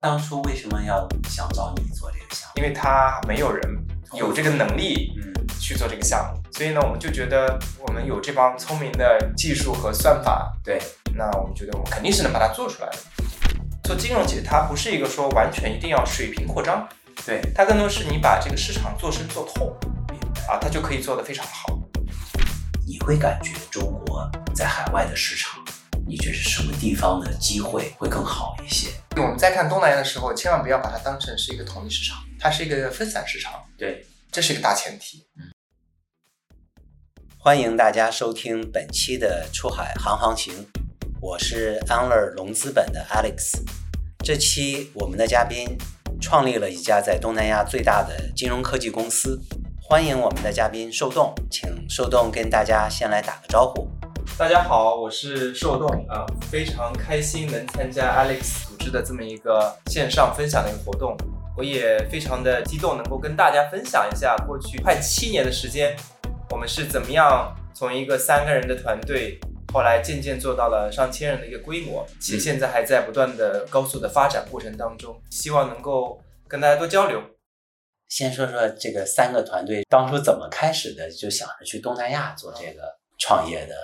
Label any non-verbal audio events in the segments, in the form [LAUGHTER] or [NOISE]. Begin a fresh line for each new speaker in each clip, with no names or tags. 当初为什么要想找你做这个项目？
因为他没有人有这个能力
哦嗯
去做这个项目，所以呢，我们就觉得我们有这帮聪明的技术和算法，
对，
那我们觉得我们肯定是能把它做出来的。做金融其实它不是一个说完全一定要水平扩张，
对，
它更多是你把这个市场做深做透啊，它就可以做得非常好。
你会感觉中国在海外的市场，你觉得是什么地方的机会会更好一些？
我们在看东南亚的时候，千万不要把它当成是一个统一市场，它是一个分散市场，
对，
这是一个大前提。
欢迎大家收听本期的出海行行行，我是安乐融资本的 Alex。这期我们的嘉宾创立了一家在东南亚最大的金融科技公司，欢迎我们的嘉宾受动，请受动跟大家先来打个招呼。
大家好，我是受动啊，非常开心能参加 Alex 组织的这么一个线上分享的一个活动，我也非常的激动，能够跟大家分享一下过去快七年的时间，我们是怎么样从一个三个人的团队。后来渐渐做到了上千人的一个规模，且现在还在不断的高速的发展过程当中，希望能够跟大家多交流。
先说说这个三个团队当初怎么开始的，就想着去东南亚做这个创业的。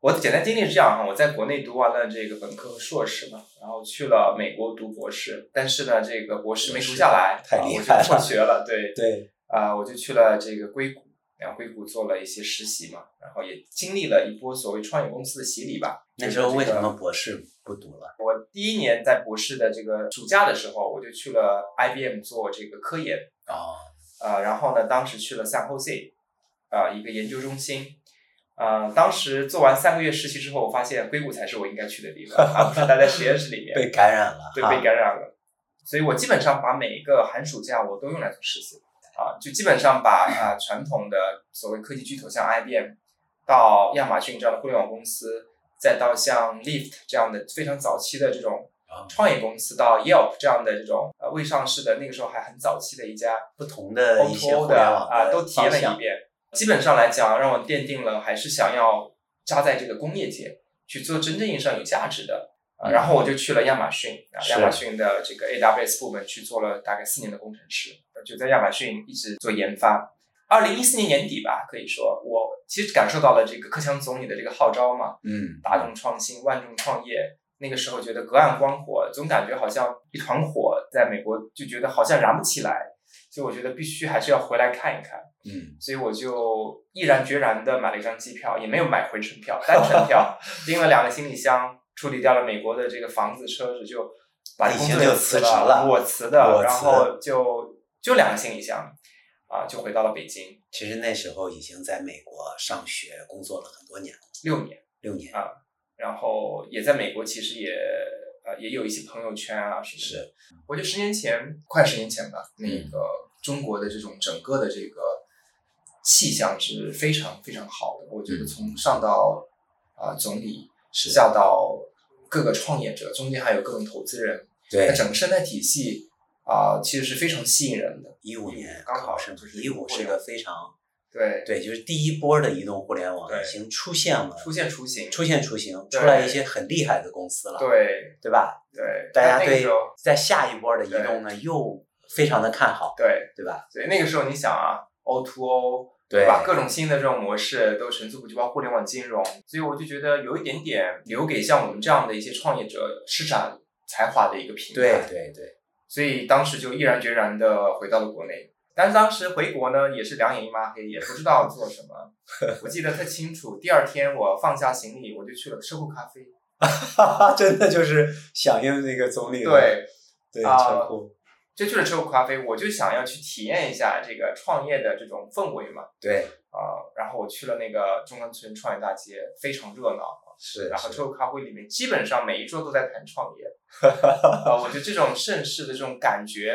我的简单经历是这样啊哈，我在国内读完了这个本科和硕士嘛，然后去了美国读博士，但是呢，这个博士没读下来，
太
啊
厉害了
我就辍学了，对，
对，
啊、我就去了这个硅谷，然后硅谷做了一些实习嘛，然后也经历了一波所谓创业公司的洗礼吧。
那时候
就是
为
这个
什么博士不读了？
我第一年在博士的这个暑假的时候，我就去了 IBM 做这个科研，
哦，
呃，然后呢，当时去了 San Jose，啊、一个研究中心。呃，当时做完三个月实习之后，我发现硅谷才是我应该去的地方，而不是待在实验室里面，
被感染了，
对
啊
被感染了。所以我基本上把每一个寒暑假我都用来做实习，啊、就基本上把啊、传统的所谓科技巨头，像 IBM，到亚马逊这样的互联网公司，再到像 Lyft 这样的非常早期的这种
哦
创业公司，到 Yelp 这样的这种呃未上市的那个时候还很早期的一家
不同的一些
O2O
互联网
啊
的
都体验了
方向
一遍。基本上来讲，让我奠定了还是想要扎在这个工业界去做真正意义上有价值的。啊
嗯
然后我就去了亚马逊，啊，
是
亚马逊的这个 AWS 部门去做了大概四年的工程师，呃就在亚马逊一直做研发。二零一四年年底吧，可以说我其实感受到了这个克强总理的这个号召嘛，
嗯，
大众创新、万众创业。那个时候觉得隔岸观火，总感觉好像一团火，在美国就觉得好像燃不起来，所以我觉得必须还是要回来看一看。
嗯，
所以我就毅然决然的买了一张机票，也没有买回程票，单程票，拎了两个行李箱，处理掉了美国的这个房子、车子，就把
已
工
经
作
就
就
辞
辞
职了
我辞的，
裸辞
然后就就两个行李箱，啊，就回到了北京，
其实那时候已经在美国上学工作了很多年了，
六年，
六年
啊然后也在美国，其实也呃也有一些朋友圈啊什么的。
是，嗯
我觉得十年前，快十年前吧，那个中国的这种整个的这个气象是非常非常好的。我觉得从上到啊、呃总理，
嗯是
下到各个创业者，中间还有各种投资人，
对
那，整个生态体系啊、其实是非常吸引人的。
一五年
嗯刚好
是
就是
一五是个非常
对，
对，就是第一波的移动互联网
对
已经出现了，
出现雏形，
出现雏形，出
对
来一些很厉害的公司了，
对
对吧？
对，
大家
那个
对
时候
在下一波的移动呢又非常的看好，
对，
对吧？
所以那个时候你想啊，O to O。
对
吧？各种新的这种模式都层出不穷，包括互联网金融，所以我就觉得有一点点留给像我们这样的一些创业者施展才华的一个平
对
台。
对 [LAUGHS] 对，
所以当时就毅然决然的回到了国内。但是当时回国呢，也是两眼一抹黑，也不知道做什么。我记得特清楚，第二天我放下行李，我就去了车库咖啡。
真的就是响应那个总理的
对，
对
啊
称呼，
就去了车库咖啡，我就想要去体验一下这个创业的这种氛围嘛。
对
啊、然后我去了那个中关村创业大街，非常热闹。
是，
然后
是
这个咖啡里面基本上每一桌都在谈
[LAUGHS]
创业，啊、我觉得这种盛世的这种感觉，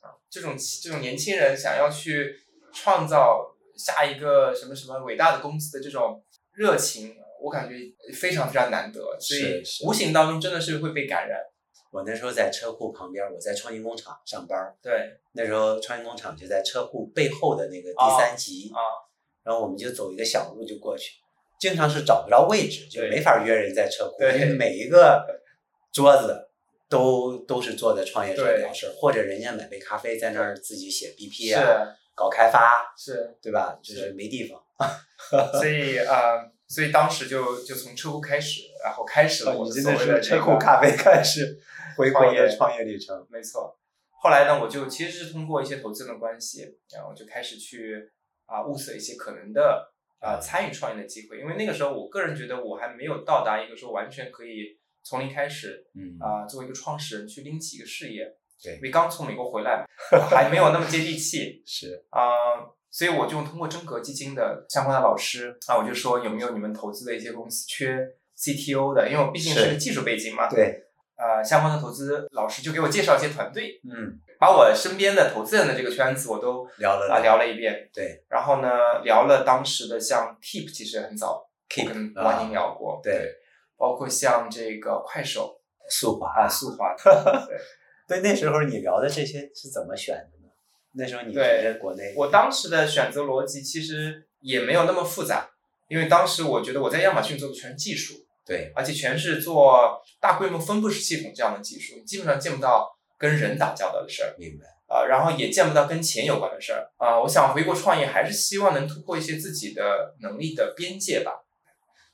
啊这种这种年轻人想要去创造下一个什么什么伟大的公司的这种热情，我感觉非常非常难得，所以
是是
无形当中真的是会被感染。
我那时候在车库旁边儿，我在创新工厂上班儿，
对，
那时候创新工厂就在车库背后的那个第
哦
三级
啊
然后我们就走一个小路就过去，经常是找不着位置，就
对
没法约人在车库，
对
因为每一个桌子都都是做的创业者
对
聊事儿，或者人家买杯咖啡在那儿自己写 BP 啊，
是
搞开发，
是，
对吧？就是是没地方。
所以呃，所以当时就就从车库开始，然后开始了我
哦你真
们所
的
谓
是 [LAUGHS]
的
车
这
库
个
咖啡开始回国
创业
的创业历程。
没错。后来呢，我就其实是通过一些投资人的关系，然后就开始去啊、物色一些可能的啊、参与创业的机会，因为那个时候我个人觉得我还没有到达一个说完全可以从零开始
嗯
啊、作为一个创始人去拎起一个事业，
对
因为刚从美国回来嘛，还没有那么接地气
是
啊。所以我就通过真格基金的相关的老师啊，我就说有没有你们投资的一些公司缺 CTO 的，因为我毕竟是
是
个技术背景嘛，
对，
呃，相关的投资老师就给我介绍一些团队，
嗯，
把我身边的投资人的这个圈子我都
聊了
啊、聊了一遍，
对
然后呢聊了当时的像 Keep 其实很早我跟
keep
王宁
啊，
聊过，
对，
包括像这个快手
速滑
啊、速滑，对，
对，那时候你聊的这些是怎么选的呢？那时候你
对
觉得国内
我当时的选择逻辑其实也没有那么复杂，因为当时我觉得我在亚马逊做的全是技术，
对
而且全是做大规模分布式系统这样的技术，基本上见不到跟人打交道的事儿。
明白
啊、然后也见不到跟钱有关的事儿啊、我想回国创业，还是希望能突破一些自己的能力的边界吧。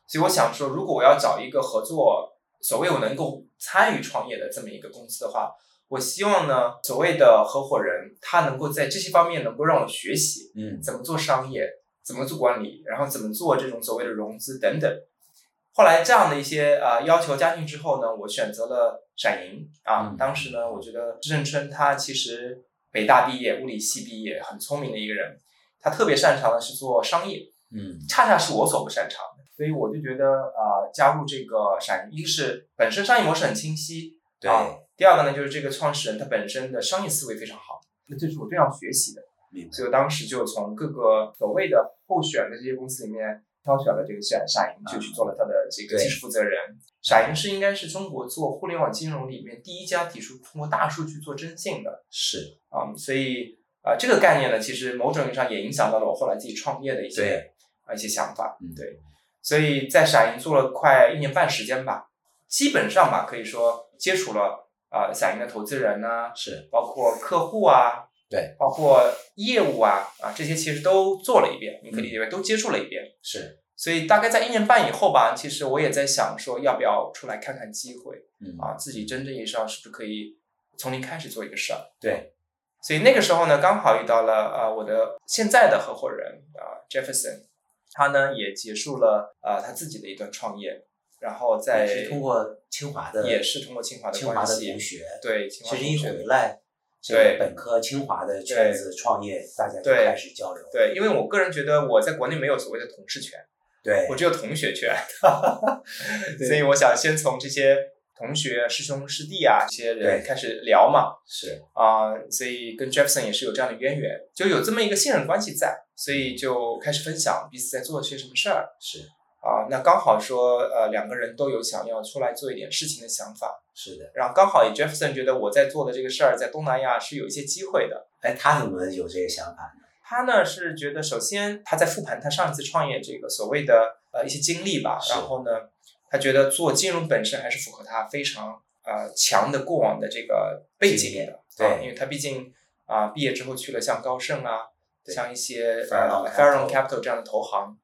所以我想说，如果我要找一个合作，所谓我能够参与创业的这么一个公司的话，我希望呢，所谓的合伙人他能够在这些方面能够让我学习，
嗯
怎么做商业，怎么做管理，然后怎么做这种所谓的融资等等。后来这样的一些呃要求加进之后呢，我选择了闪银啊。
嗯
当时呢，我觉得郑春他其实北大毕业，物理系毕业，很聪明的一个人，他特别擅长的是做商业，
嗯
恰恰是我所不擅长的。所以我就觉得呃，加入这个闪银，一个是本身商业模式很清晰，
对
啊第二个呢就是这个创始人他本身的商业思维非常好，那这是我最要学习的。
明白
所以我当时就从各个所谓的候选的这些公司里面挑选了这个闪闪银，就去做了他的这个技术负责人。闪银是应该是中国做互联网金融里面第一家提出通过大数据做征信的
是
啊、嗯所以啊、呃这个概念呢，其实某种意义上也影响到了我后来自己创业的一些
对
啊一些想法。
嗯
对，所以在闪银做了快一年半时间吧，基本上吧可以说接触了啊、呃闪银的投资人呐、
是
包括客户啊，
对，
包括业务啊啊这些其实都做了一遍，你可以理解
嗯
为都接触了一遍。
是
所以大概在一年半以后吧，其实我也在想说，要不要出来看看机会
嗯
啊，自己真正意义上是不是可以从零开始做一个事儿？
对
所以那个时候呢，刚好遇到了呃我的现在的合伙人啊、Jefferson，他呢也结束了啊、他自己的一段创业，然后在
也是通过清华的
也是通过清华的
清华的
关系
同学，
对清华
其
同
实
学
一回来，这
对
个本科清华的圈子创业，大家就
对
开始交流，
对，因为我个人觉得我在国内没有所谓的同事权，
对
我只有同学圈，
对
所以我想先从这些同学、师兄、师弟啊这些人
对
开始聊嘛，
是
啊、所以跟 Jefferson 也是有这样的渊源，就有这么一个信任关系在，所以就开始分享彼此在做些什么事儿
是
啊、那刚好说呃两个人都有想要出来做一点事情的想法，
是的。
然后刚好也 Jefferson 觉得我在做的这个事儿在东南亚是有一些机会的，
哎，他怎么有这个想法呢？
他呢是觉得，首先他在复盘他上一次创业这个所谓的呃一些经历吧，
是
然后呢，他觉得做金融本身还是符合他非常呃强的过往的这个背
经
景
验
的，
对
啊因为他毕竟啊、毕业之后去了像高盛啊，
对
像一些
Farallon
呃 f a r o n
Capital
Capital 这样的投行，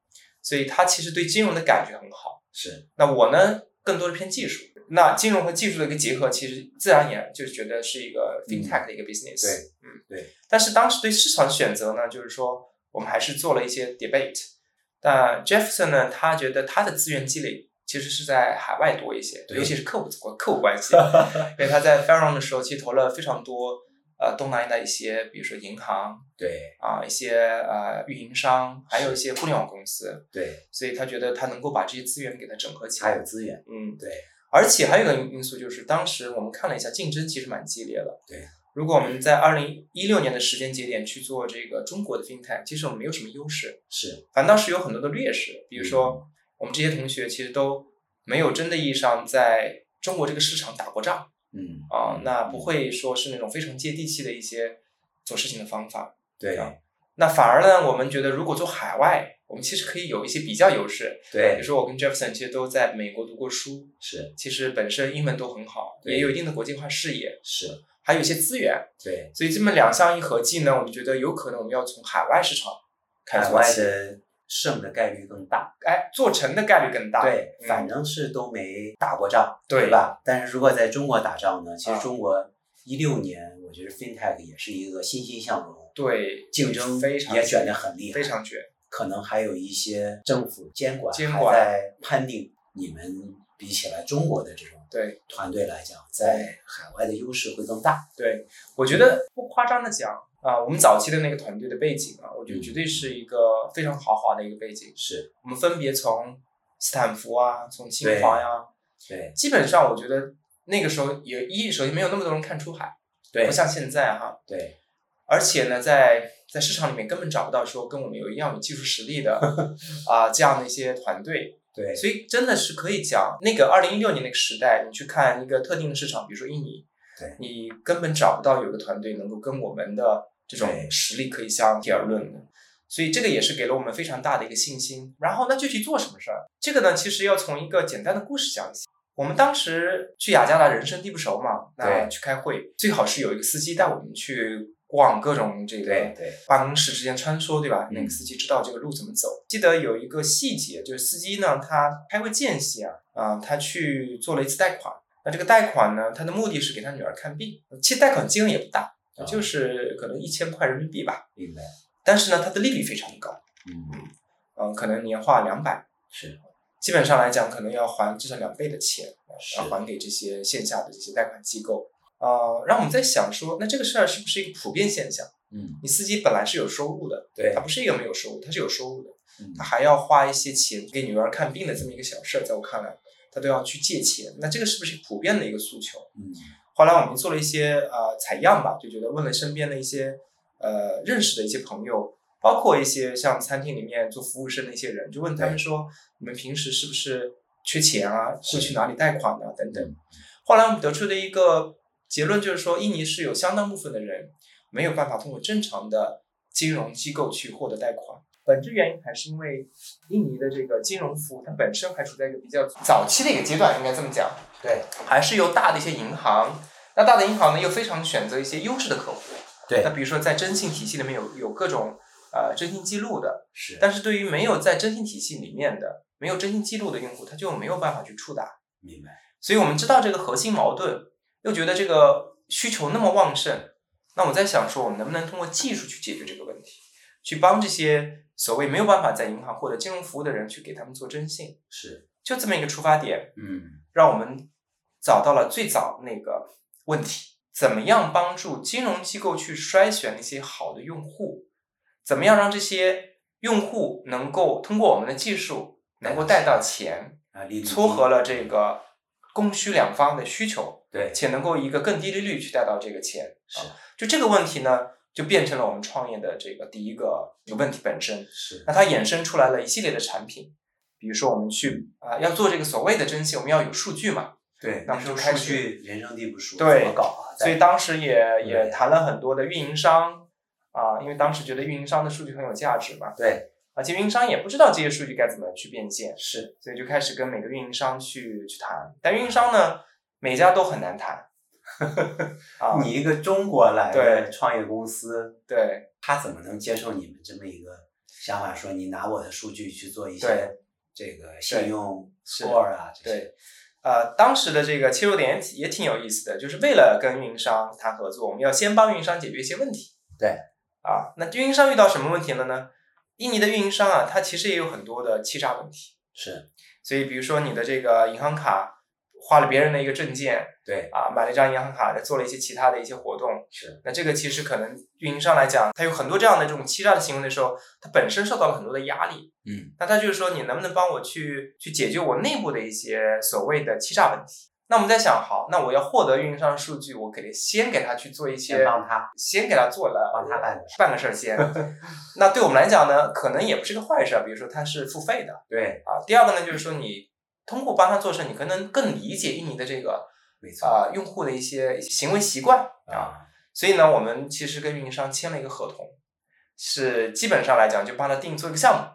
所以他其实对金融的感觉很好。
是
那我呢，更多的偏技术。那金融和技术的一个结合，其实自然而然就觉得是一个
嗯
fintech 的一个 business。
对
嗯，
对。
但是当时对市场的选择呢，就是说我们还是做了一些 debate。但 Jefferson 呢，他觉得他的资源积累其实是在海外多一些，
对
尤其是客户关客户关
[LAUGHS]
系，因为他在 f a r o n 的时候，其实投了非常多呃东南亚的一些，比如说银行
对
啊、一些呃运营商，还有一些互联网公司，
对，
所以他觉得他能够把这些资源给它整合起
他
来
有。资源，
嗯，
对
而且还有一个因素就是，当时我们看了一下，竞争其实蛮激烈的。
对，
如果我们在二零一六年的时间节点去做这个中国的 fintech，其实我们没有什么优势，
是
反倒是有很多的劣势。比如
嗯
说，我们这些同学其实都没有真的意义上在中国这个市场打过仗
嗯
啊、那不会说是那种非常接地气的一些做事情的方法。
对
啊那反而呢，我们觉得如果做海外，我们其实可以有一些比较优势。比
对
如，说我跟 Jefferson 其实都在美国读过书，
是
其实本身英文都很好，
对
也有一定的国际化视野，
是，
还有一些资源。
对，
所以这么两项一合计呢，我们觉得有可能我们要从海外市场开始
海
做
外
起，
的胜的概率更大，
哎，做成的概率更大。
对，
嗯
反正是都没打过仗，
对
吧？但是如果在中国打仗呢，其
啊
实中国一六年，我觉得 FinTech 也是一个欣欣向荣，
对
竞争
非常
也卷得很厉害，
非常绝。
可能还有一些政府监管
监
还
管
在判定你们比起来中国的这种
对
团队来讲，在海外的优势会更大。
对，我觉得不夸张的讲啊、我们早期的那个团队的背景啊，我觉得
嗯
绝对是一个非常豪华的一个背景。
是
我们分别从斯坦福啊，从清华呀、
对
基本上我觉得那个时候也一首先没有那么多人看出海，
对
不像现在哈、
对
而且呢，在在市场里面根本找不到说跟我们有一样有技术实力的啊、这样的一些团队，
对，
所以真的是可以讲，那个二零一六年那个时代，你去看一个特定的市场，比如说印尼
对，
你根本找不到有一个团队能够跟我们的这种
对
实力可以相提而论的。所以这个也是给了我们非常大的一个信心。然后那具体做什么事儿？这个呢，其实要从一个简单的故事讲起。我们当时去雅加达，人生地不熟嘛，那
对
去开会，最好是有一个司机带我们去逛各种这个
对对
办公室之间穿梭，对吧？
嗯
那个司机知道这个路怎么走。记得有一个细节，就是司机呢，他开会间隙啊，啊、他去做了一次贷款。那这个贷款呢，他的目的是给他女儿看病。其实贷款金额也不大，
啊
就是可能一千块人民币吧。
哦明白，
但是呢，它的利率非常高，
嗯，
嗯、可能年化两百，
是
基本上来讲，可能要还至少两倍的钱，
是
要还给这些线下的这些贷款机构。呃，让我们在想说，那这个事儿是不是一个普遍现象？
嗯
你司机本来是有收入的，
对
他，不是一个没有收入，他是有收入的，
嗯
他还要花一些钱给女儿看病的这么一个小事儿，在我看来，他都要去借钱。那这个是不是普遍的一个诉求？
嗯
后来我们做了一些呃采样吧，就觉得问了身边的一些呃认识的一些朋友，包括一些像餐厅里面做服务生的一些人，就问他们说，你们平时是不是缺钱啊？会去哪里贷款啊？等等。后来我们得出的一个结论就是说，印尼是有相当部分的人没有办法通过正常的金融机构去获得贷款。本质原因还是因为印尼的这个金融服务，它本身还处在一个比较早期的一个阶段，应该这么讲。
对
还是由大的一些银行，那大的银行呢又非常选择一些优质的客户，那
对
比如说在征信体系里面有有各种呃征信记录的，
是，
但是对于没有在征信体系里面的没有征信记录的用户，他就没有办法去触达。
明白，
所以我们知道这个核心矛盾，又觉得这个需求那么旺盛，那我在想说，我们能不能通过技术去解决这个问题，去帮这些所谓没有办法在银行获得金融服务的人，去给他们做征信，
是，
就这么一个出发点。
嗯
让我们找到了最早那个问题：怎么样帮助金融机构去筛选那些好的用户？怎么样让这些用户能够通过我们的技术能够贷到钱，
啊，利率低
撮合了这个供需两方的需求，
对
且能够以一个更低利率去贷到这个钱？
是
啊就这个问题呢，就变成了我们创业的这个第一个这个问题本身。
是
那它衍生出来了一系列的产品，比如说我们去啊、要做这个所谓的征信，我们要有数据嘛。
对，
那
那时候
就开
数
始
据人生地不熟，怎
对
么搞啊？
所以
在
当时也也
对
谈了很多的运营商啊，因为当时觉得运营商的数据很有价值嘛，
对
而且运营商也不知道这些数据该怎么去变现，
是
所以就开始跟每个运营商去去谈。但运营商呢，每家都很难
[LAUGHS]
谈。啊，
你一个中国来的
对
创业公司，
对
他怎么能接受你们这么一个想法？说你拿我的数据去做一
对
些这个信用
是
score 啊这些，
对，呃，当时的这个切入点也挺也挺有意思的，就是为了跟运营商谈合作，我们要先帮运营商解决一些问题。
对
啊，那运营商遇到什么问题了呢？印尼的运营商啊，它其实也有很多的欺诈问题。
是
所以比如说你的这个银行卡花了别人的一个证件
对
啊，买了一张银行卡，再做了一些其他的一些活动，
是
那这个其实可能运营商来讲，他有很多这样的这种欺诈的行为的时候，他本身受到了很多的压力。
嗯
那他就是说，你能不能帮我去去解决我内部的一些所谓的欺诈问题？那我们在想，好，那我要获得运营商的数据，我肯定先给他去做一些
先帮他
先给他做了，
帮他办个事
办个事儿先。那对我们来讲呢，可能也不是个坏事儿，比如说他是付费的，
对
啊。第二个呢，就是说你通过帮他做事，你可能更理解印尼的这个
没错
啊、用户的一些行为习惯啊。
啊
所以呢，我们其实跟运营商签了一个合同，是基本上来讲就帮他定做一个项目，啊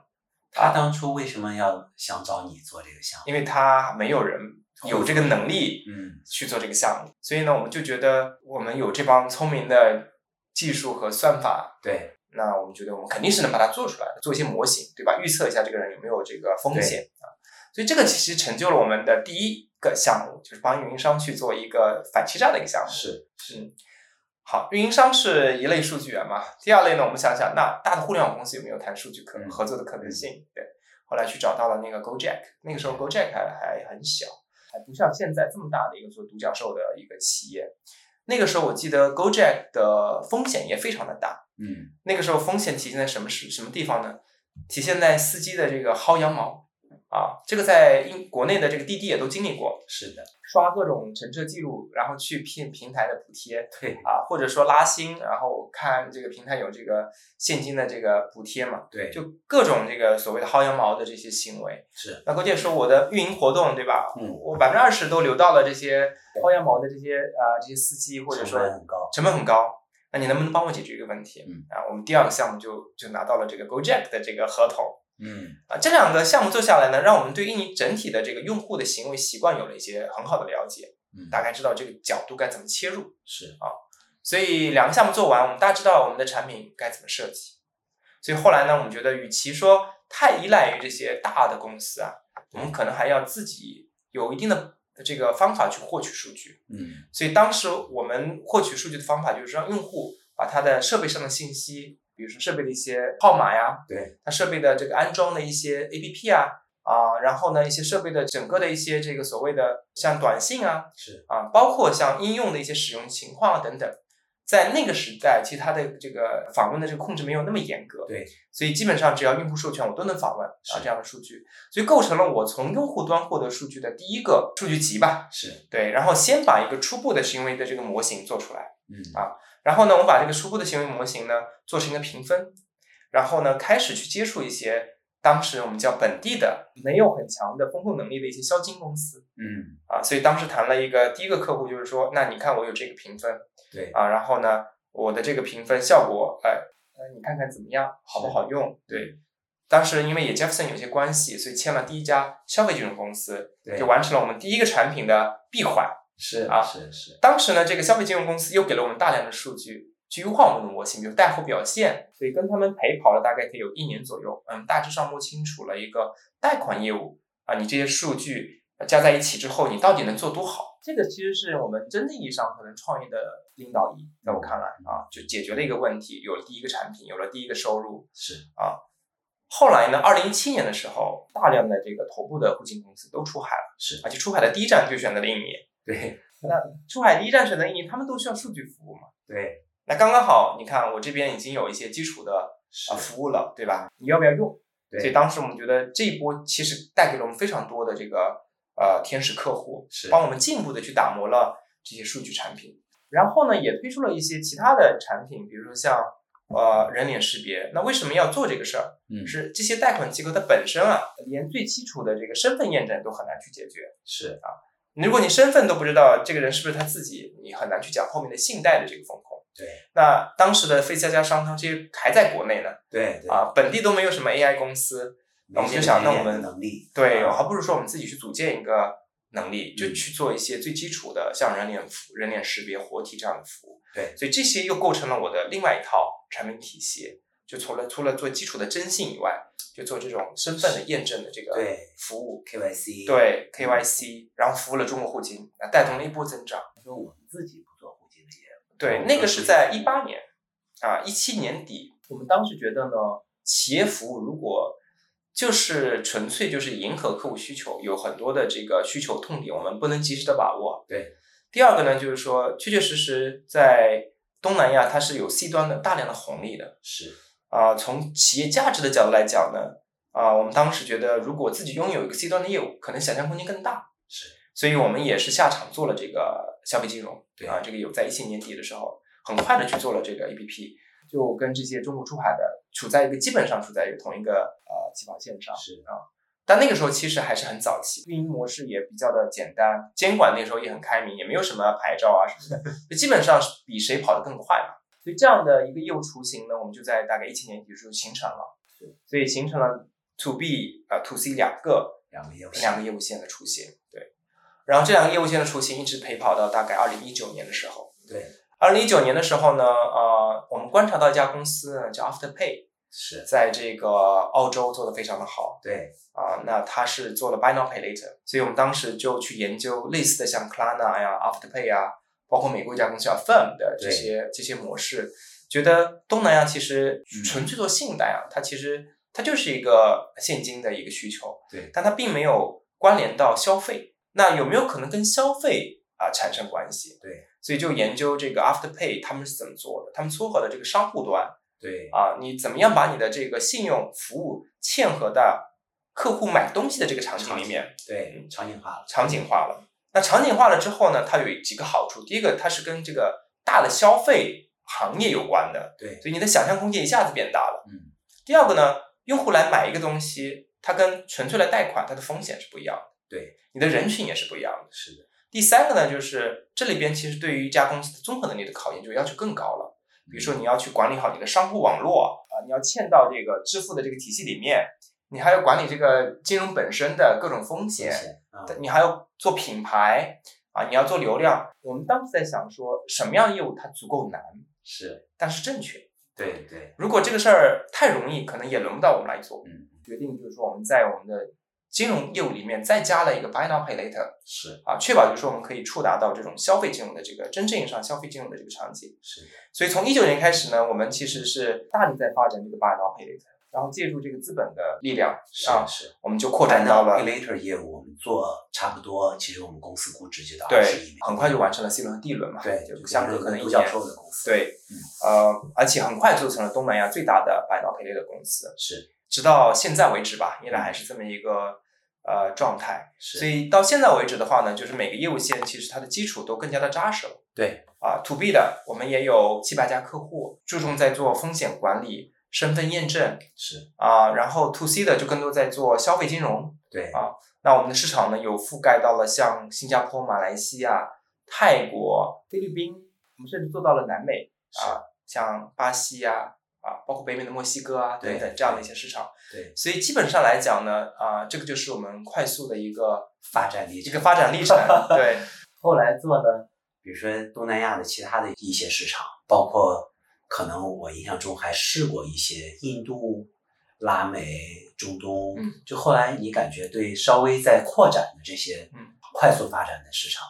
他当初为什么要想找你做这个项目？
因为他没有人有这个能力
嗯
去做这个项目，所以呢，我们就觉得我们有这帮聪明的技术和算法，
对
那我们觉得我们肯定是能把它做出来的，做一些模型，对吧？预测一下这个人有没有这个风险啊。所以这个其实成就了我们的第一个项目，就是帮运营商去做一个反欺诈的一个项目。
是
嗯，好，运营商是一类数据源嘛。第二类呢，我们想想，那大的互联网公司有没有谈数据可
嗯
合作的可能性？对，后来去找到了那个 GoJack，那个时候 GoJack 还还很小，还不像现在这么大的一个做独角兽的一个企业。那个时候我记得 GoJack 的风险也非常的大。
嗯
那个时候风险体现在什么是什么地方呢？体现在司机的这个薅羊毛啊，这个在英国内的这个滴滴也都经历过，
是的，
刷各种乘车记录，然后去骗平台的补贴，
对
啊，或者说拉新，然后看这个平台有这个现金的这个补贴嘛，
对
就各种这个所谓的薅羊毛的这些行为。
是
那关键说我的运营活动对吧？
嗯
我百分之二十都留到了这些薅羊毛的这些啊、这些司机，或者
成
说
本很高，
成本很高。那你能不能帮我解决一个问题？
嗯
啊，我们第二个项目就就拿到了这个 GoJack 的这个合同
嗯
啊，这两个项目做下来呢，让我们对印尼整体的这个用户的行为习惯有了一些很好的了解，
嗯，
大概知道这个角度该怎么切入。
是
所以两个项目做完，我们大家知道我们的产品该怎么设计。所以后来呢，我们觉得与其说太依赖于这些大的公司啊，我们可能还要自己有一定的这个方法去获取数据。
嗯
所以当时我们获取数据的方法就是让用户把他的设备上的信息，比如说设备的一些号码呀，
对，
他设备的这个安装的一些 APP 啊。啊，然后呢，一些设备的整个的一些这个所谓的像短信啊，
是
啊，包括像应用的一些使用情况啊等等，在那个时代，其实它的这个访问的这个控制没有那么严格，
对，
所以基本上只要用户授权，我都能访问啊
是
这样的数据，所以构成了我从用户端获得数据的第一个数据集吧，
是
对，然后先把一个初步的行为的这个模型做出来，
嗯
啊然后呢，我们把这个初步的行为模型呢做成一个评分，然后呢开始去接触一些当时我们叫本地的没有很强的风控能力的一些销金公司，
嗯
啊，所以当时谈了一个第一个客户就是说，那你看我有这个评分
对
啊，然后呢，我的这个评分效果，哎，呃，你看看怎么样，好不好用？对，当时因为也 Jefferson 有些关系，所以签了第一家消费金融公司，
对
就完成了我们第一个产品的闭环。
是
啊
是是
当时呢，这个消费金融公司又给了我们大量的数据去优化我们的模型，比如带货表现，所以跟他们陪跑了大概可以有一年左右，嗯，大致上摸清楚了一个贷款业务啊，你这些数据呃加在一起之后，你到底能做多好？这个其实是我们真正意义上可能创业的领导力，在我看来啊，就解决了一个问题，有了第一个产品，有了第一个收入，
是
后来呢，二零一七年的时候，大量的这个头部的互金公司都出海了，
是
而且出海的第一站就选择了印尼。
对
出海第一站选择印尼，他们都需要数据服务嘛。
对
那刚刚好，你看我这边已经有一些基础的
是
啊服务了，对吧？你要不要用？
对
所以当时我们觉得这一波其实带给了我们非常多的这个呃天使客户，
是
帮我们进一步的去打磨了这些数据产品。然后呢，也推出了一些其他的产品，比如说像呃人脸识别。那为什么要做这个事儿？
嗯
是这些贷款机构它本身啊，连最基础的这个身份验证都很难去解决。
是
如果你身份都不知道，这个人是不是他自己，你很难去讲后面的信贷的这个风控。
对
那当时的非家家商汤这些还在国内呢，
对对，
啊，本地都没有什么 AI 公司，
没
我们
这
就
个
想
人
那我
脸的
们
能力
对，哦
啊
还不如说我们自己去组建一个能力，就
嗯
去做一些最基础的像人脸服、人脸识别、活体这样的服务。
对
所以这些又构成了我的另外一套产品体系，就除了除了做基础的征信以外，就做这种身份的验证的这个
对
服务。
KYC
对 KYC，然后服务了中国互金，啊，带动了一波增长。
自己不做户籍的业务
对，
嗯
那个是在一八年啊，一七年底。我们当时觉得呢，企业服务如果就是纯粹就是迎合客户需求，有很多的这个需求痛点，我们不能及时的把握。
对，
第二个呢，就是说确确实实在东南亚它是有 C 端的大量的红利的
是
啊、从企业价值的角度来讲呢，啊、我们当时觉得如果自己拥有一个 C 端的业务，可能想象空间更大。
是
所以我们也是下场做了这个消费金融，
对
啊，这个有在一七年底的时候，很快的去做了这个 APP，就跟这些中国出海的处在一个基本上处在一个同一个呃起跑线上。
是
但那个时候其实还是很早期，运营模式也比较的简单，监管那时候也很开明，也没有什么牌照啊什么的，就基本上是比谁跑得更快嘛。所以这样的一个业务雏形呢，我们就在大概一七年底就形成了
是，
所以形成了 to B 啊、to C 两个
两个业务线
两个业务线的雏形。对，然后这两个业务线的雏形一直陪跑到大概二零一九年的时候。
对，
二零一九年的时候呢，呃，我们观察到一家公司呢叫 Afterpay，
是，
在这个澳洲做的非常的好
对，
啊、那它是做了 Buy Now Pay Later，所以我们当时就去研究类似的像 Klarna 呀、Afterpay 啊，包括美国一家公司叫 Firm 的这
对
些这些模式，觉得东南亚其实
嗯
纯粹做信贷啊，它其实它就是一个现金的一个需求，
对，
但它并没有关联到消费。那有没有可能跟消费啊、产生关系？
对，
所以就研究这个 Afterpay 他们是怎么做的，他们撮合了这个商户端
对，
啊，你怎么样把你的这个信用服务嵌合到客户买东西的这个场景里面，
对，场景化了，
场景化了。那场景化了之后呢，它有几个好处，第一个它是跟这个大的消费行业有关的，
对，
所以你的想象空间一下子变大了。
嗯，
第二个呢，用户来买一个东西，它跟纯粹来贷款，它的风险是不一样的，
对，
你的人群也是不一样的。
是的，
第三个呢，就是这里边其实对于一家公司的综合能力的考验就要求更高了。比如
嗯
说你要去管理好你的商户网络啊、你要嵌到这个支付的这个体系里面，你还要管理这个金融本身的各种风
谢
险，
谢啊，
你还要做品牌啊，你要做流量。我们当时在想说，什么样业务它足够难，
是，
但是正确。
对对，
如果这个事儿太容易，可能也轮不到我们来做。
嗯，
决定就是说，我们在我们的金融业务里面再加了一个 buy now pay later，
是
啊，确保就是说我们可以触达到这种消费金融的这个真正意义上消费金融的这个场景。
是的，
所以从一九年开始呢，我们其实是大力在发展这个 buy now pay later，然后借助这个资本的力量
是
啊，
是。
我们就扩展
谈
到
到
了
later 业务，我们做差不多，其实我们公司估值就到
对
二十亿美，
很快就完成了 C 轮和 D 轮嘛，
对，
就
就
相
是
隔可能一
独
年
角，兽的公司，，
对
嗯，
呃，而且很快就成了东南亚最大的 buy now pay later 公司，
是
直到现在为止吧，依然还是这么一个呃状态。
是，
所以到现在为止的话呢，就是每个业务线其实它的基础都更加的扎实了。
对
啊，to B 的，我们也有七百家客户，注重在做风险管理、身份验证
是，
啊。然后 to C 的就更多在做消费金融。
对
啊那我们的市场呢，有覆盖到了像新加坡、马来西亚、泰国、菲律宾，我们甚至做到了南美啊，像巴西呀、啊，包括北美的墨西哥啊等
对
等这样的一些市场。
对，
所以基本上来讲呢，啊，这个就是我们快速的一个
发展历
一
程
个。发展历程。对，
后来做的，比如说东南亚的其他的一些市场，包括可能我印象中还试过一些印度、拉美、中东，
嗯
就后来你感觉对稍微在扩展的这些
嗯
快速发展的市场，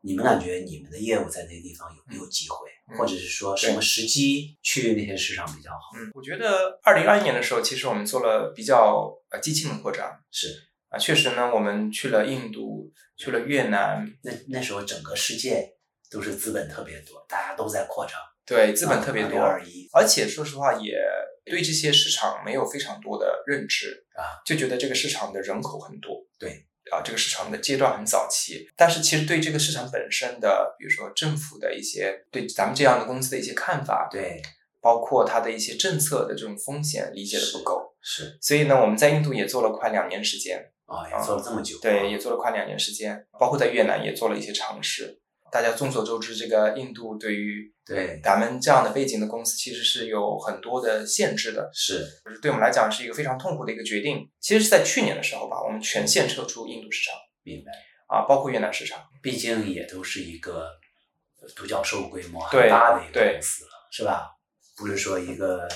你们感觉你们的业务在那个地方有没有机会，
嗯
或者是说什么时机去那些市场比较好？
嗯，我觉得二零二一年的时候，其实我们做了比较呃激进的扩张
是，
啊，确实呢，我们去了印度，去了越南，
那那时候整个世界都是资本特别多，大家都在扩张，
对，资本特别多，
二一
而且说实话也对这些市场没有非常多的认知
啊，
就觉得这个市场的人口很多，
对。
啊，这个市场的阶段很早期，但是其实对这个市场本身的，比如说政府的一些对咱们这样的公司的一些看法，，
对，
包括它的一些政策的这种风险理解的不
是
够，
是
所以呢，我们在印度也做了快两年时间，
啊，也做了这么久，
对，也做了快两年时间，包括在越南也做了一些尝试。大家众所周知，这个印度对于
对
咱们这样的背景的公司，其实是有很多的限制的，
是。
对我们来讲是一个非常痛苦的一个决定。其实是在去年的时候吧，我们全线撤出印度市场
明白，
啊，包括越南市场。
毕竟也都是一个呃独角兽规模
对
很大的一
对
个公司了，是吧？不是说一个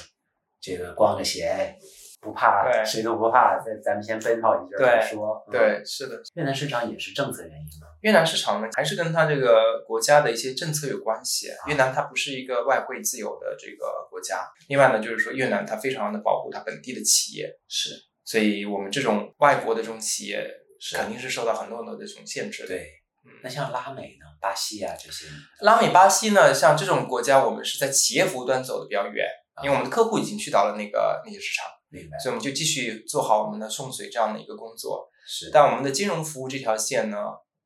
这个光着鞋不怕
对
谁都不怕，咱咱们先奔跑一阵儿
对
再说。嗯，
对，是的，
越南市场也是政策原因嘛，
越南市场呢，还是跟它这个国家的一些政策有关系。啊
啊
越南它不是一个外汇自由的这个国家，另外呢，就是说越南它非常的保护它本地的企业，
是
所以我们这种外国的这种企业
是
肯定是受到很多很多的这种限制的。，
对。那
嗯，
像拉美呢，巴西啊这些，
拉美、巴西呢，像这种国家，我们是在企业服务端走的比较远，因为我们的客户已经去到了那个那些市场，
明白
所以我们就继续做好我们的送水这样的一个工作。
是
但我们的金融服务这条线呢，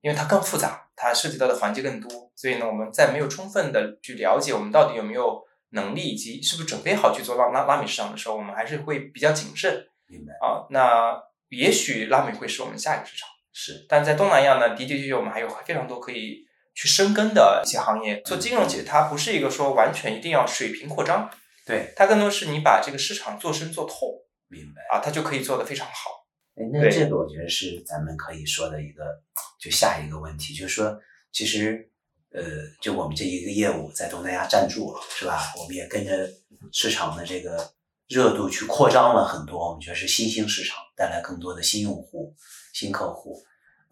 因为它更复杂，它涉及到的环节更多，所以呢，我们在没有充分的去了解我们到底有没有能力以及是不是准备好去做拉拉拉美市场的时候，我们还是会比较谨慎。
明白
啊，那也许拉美会是我们下一个市场，
是
但在东南亚呢，的的确确我们还有非常多可以去深耕的一些行业。做金融其实它不是一个说完全一定要水平扩张，
对
它更多是你把这个市场做深做透
明白。
啊，他就可以做得非常好。
哎，那
对
这个我觉得是咱们可以说的一个，就下一个问题，就是说，其实，呃，就我们这一个业务在东南亚站住了，是吧？我们也跟着市场的这个热度去扩张了很多，我们觉得是新兴市场带来更多的新用户、新客户。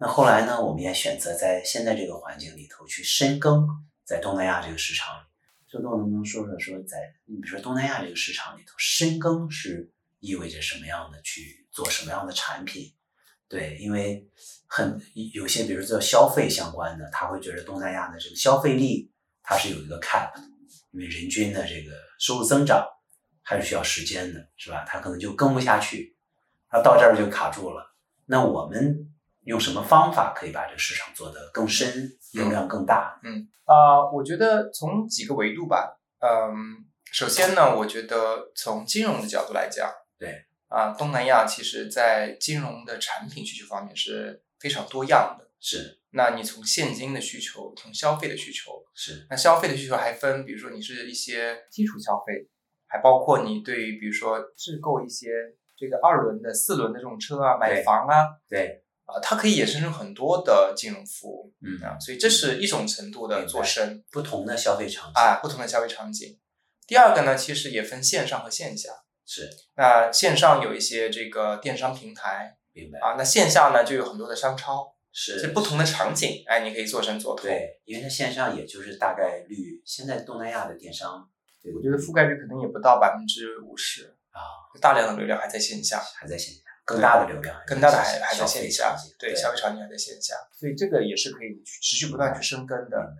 那后来呢，我们也选择在现在这个环境里头去深耕在东南亚这个市场里。周栋能不能说说说在，你比如说东南亚这个市场里头，深耕是意味着什么样的去做什么样的产品？对，因为很有些，比如做消费相关的，他会觉得东南亚的这个消费力它是有一个 cap，的因为人均的这个收入增长还是需要时间的，是吧？他可能就跟不下去，他到这儿就卡住了。那我们用什么方法可以把这个市场做得更深、流量更大？
啊、我觉得从几个维度吧，嗯，首先呢，我觉得从金融的角度来讲，
对，
啊、东南亚其实在金融的产品需求方面是非常多样的。
是
那你从现金的需求，从消费的需求，
是，
那消费的需求还分，比如说你是一些基础消费，还包括你对于比如说置购一些这个二轮的、四轮的这种车啊，买
对
房啊，
对，
啊、它可以衍生出很多的金融服务
嗯，
啊，所以这是一种程度的
明白
做深
不同的消费场景、
啊，不同的消费场景。第二个呢，其实也分线上和线下。
是
那线上有一些这个电商平台
明白
啊，那线下呢就有很多的商超，
是
这不同的场景，哎，你可以做深做透。
对，因为它线上也就是大概率，现在东南亚的电商，对
我觉得覆盖率可能也不到百分之五十
啊，
大量的流量还在线下，
还在线下，更大的流量，
更大的还还在
消
线
费
下
场景，
对，
对，
消费场景还在线下，所以这个也是可以去持续不断去深耕的
明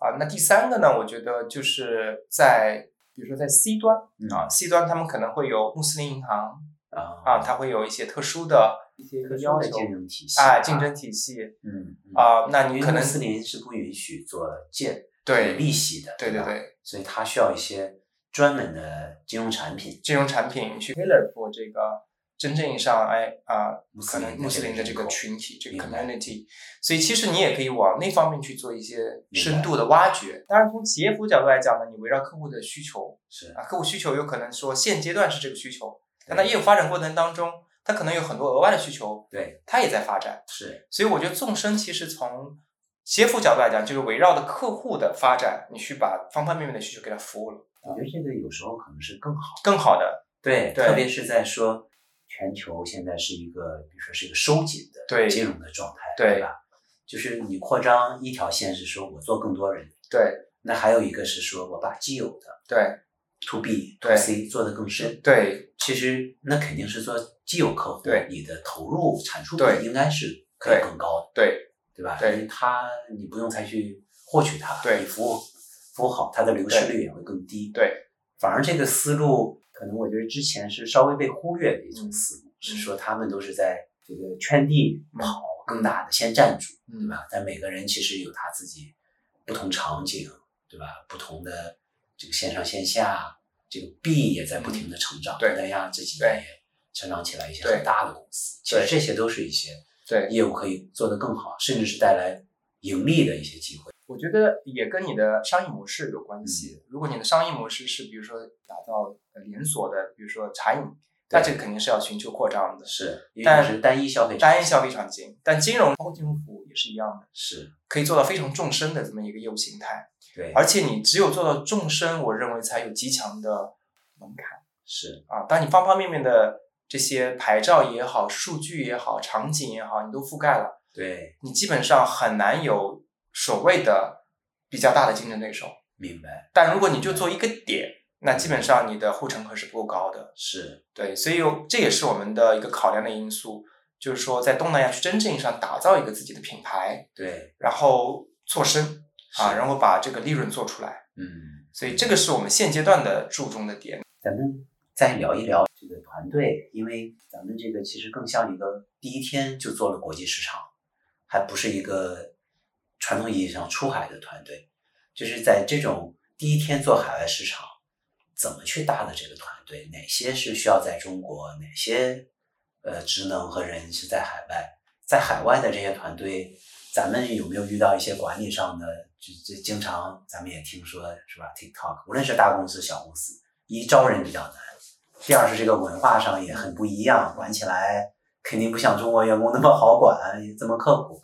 啊。那第三个呢，我觉得就是在比如说在 C 端
嗯
啊，C 端他们可能会有穆斯林银行
啊
啊，它会有一些特殊的一些
特殊
要
的
求
竞争体系
啊，竞争体系
嗯嗯
啊，那你
因为
可能
穆斯林是不允许做借
对
利息的，
对对
吧，
对，
所以它需要一些专门的金融产品，
金融产品去 tailor for 这个真正意义上哎啊、
穆斯
可
林
能穆斯林的这个群体这个
明白
community，所以其实你也可以往那方面去做一些
明白
深度的挖掘。当然，从企业服务角度来讲呢，你围绕客户的需求
是
啊，客户需求有可能说现阶段是这个需求，但在业务发展过程当中，它可能有很多额外的需求，
对
它也在发展。
是
所以我觉得纵深其实从企业服务角度来讲，就是围绕着客户的发展，你去把方方面面的需求给他服务了，
我觉得这个有时候可能是更好。
更好的
对，
对
特别是在说全球现在是一个，比如说是一个收紧
对
的金融的状态，
对
吧？就是你扩张一条线是说我做更多人，
对
那还有一个是说我把既有的
对
to B、to
对
C 做得更深。
对
其实那肯定是做既有客户
对，
你的投入产出比
对
应该是可以
对
更高的，
对
对吧？
对
因为他你不用再去获取它，
对
你服务服务好，它的流失
对
率也会更低。
对
反而这个思路，可能我觉得之前是稍微被忽略的一种思路，是
嗯
说他们都是在这个圈地跑，更大的先站住，
嗯
对吧？但每个人其实有他自己不同场景，对吧？不同的这个线上线下，这个币也在不停的成长，
嗯对
东南亚这几
对
年也成长起来一些
对
很大的公司，其
对
实这些都是一些
对，
业务可以做得更好，甚至是带来盈利的一些机会。
我觉得也跟你的商业模式有关系。
嗯
如果你的商业模式是比如说打造呃连锁的，比如说茶饮，那这个肯定是要寻求扩张的，
是，因为
但
它是单一消费场景，
单一消费场景。但金融包括金融服务也是一样的，
是，
可以做到非常纵深的这么一个业务形态。
对，
而且你只有做到纵深，我认为才有极强的门槛
是
啊。当你方方面面的这些牌照也好、数据也好、场景也好，你都覆盖了，
对，
你基本上很难有所谓的比较大的竞争对手。
明白。
但如果你就做一个点，那基本上你的护城河是不够高的。
是
对，所以有这也是我们的一个考量的因素，就是说在东南亚去真正意义上打造一个自己的品牌，
对
然后做深啊，
是
然后把这个利润做出来。
嗯，
所以这个是我们现阶段的注重的点。
咱们再聊一聊这个团队，因为咱们这个其实更像一个第一天就做了国际市场，还不是一个传统意义上出海的团队，就是在这种第一天做海外市场，怎么去搭的这个团队，哪些是需要在中国，哪些呃职能和人是在海外，在海外的这些团队，咱们有没有遇到一些管理上的？就就经常咱们也听说是吧？TikTok，无论是大公司、小公司，一招人比较难，第二是这个文化上也很不一样，管起来肯定不像中国员工那么好管，这么刻苦。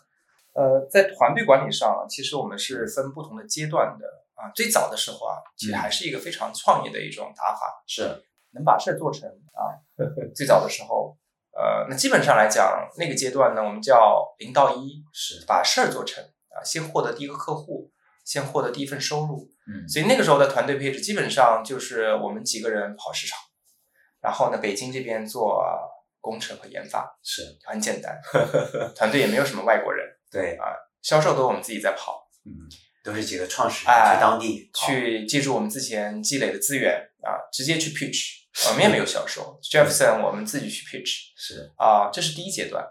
呃，在团队管理上，其实我们是分不同的阶段的啊。最早的时候啊，其实还是一个非常创业的一种打法，
是，
能把事儿做成啊。最早的时候，呃，那基本上来讲，那个阶段呢，我们叫零到一，
是
把事儿做成啊，先获得第一个客户，先获得第一份收入，
嗯，
所以那个时候的团队配置基本上就是我们几个人跑市场，然后呢，北京这边做工程和研发，
是，
很简单，团队也没有什么外国人，
对，
销售都是我们自己在跑，
嗯，都是几个创始人
哎
去当地搞
去借助我们之前积累的资源啊，直接去 pitch，我们也没有销售，Jefferson 我们自己去 pitch
是，
啊，这是第一阶段。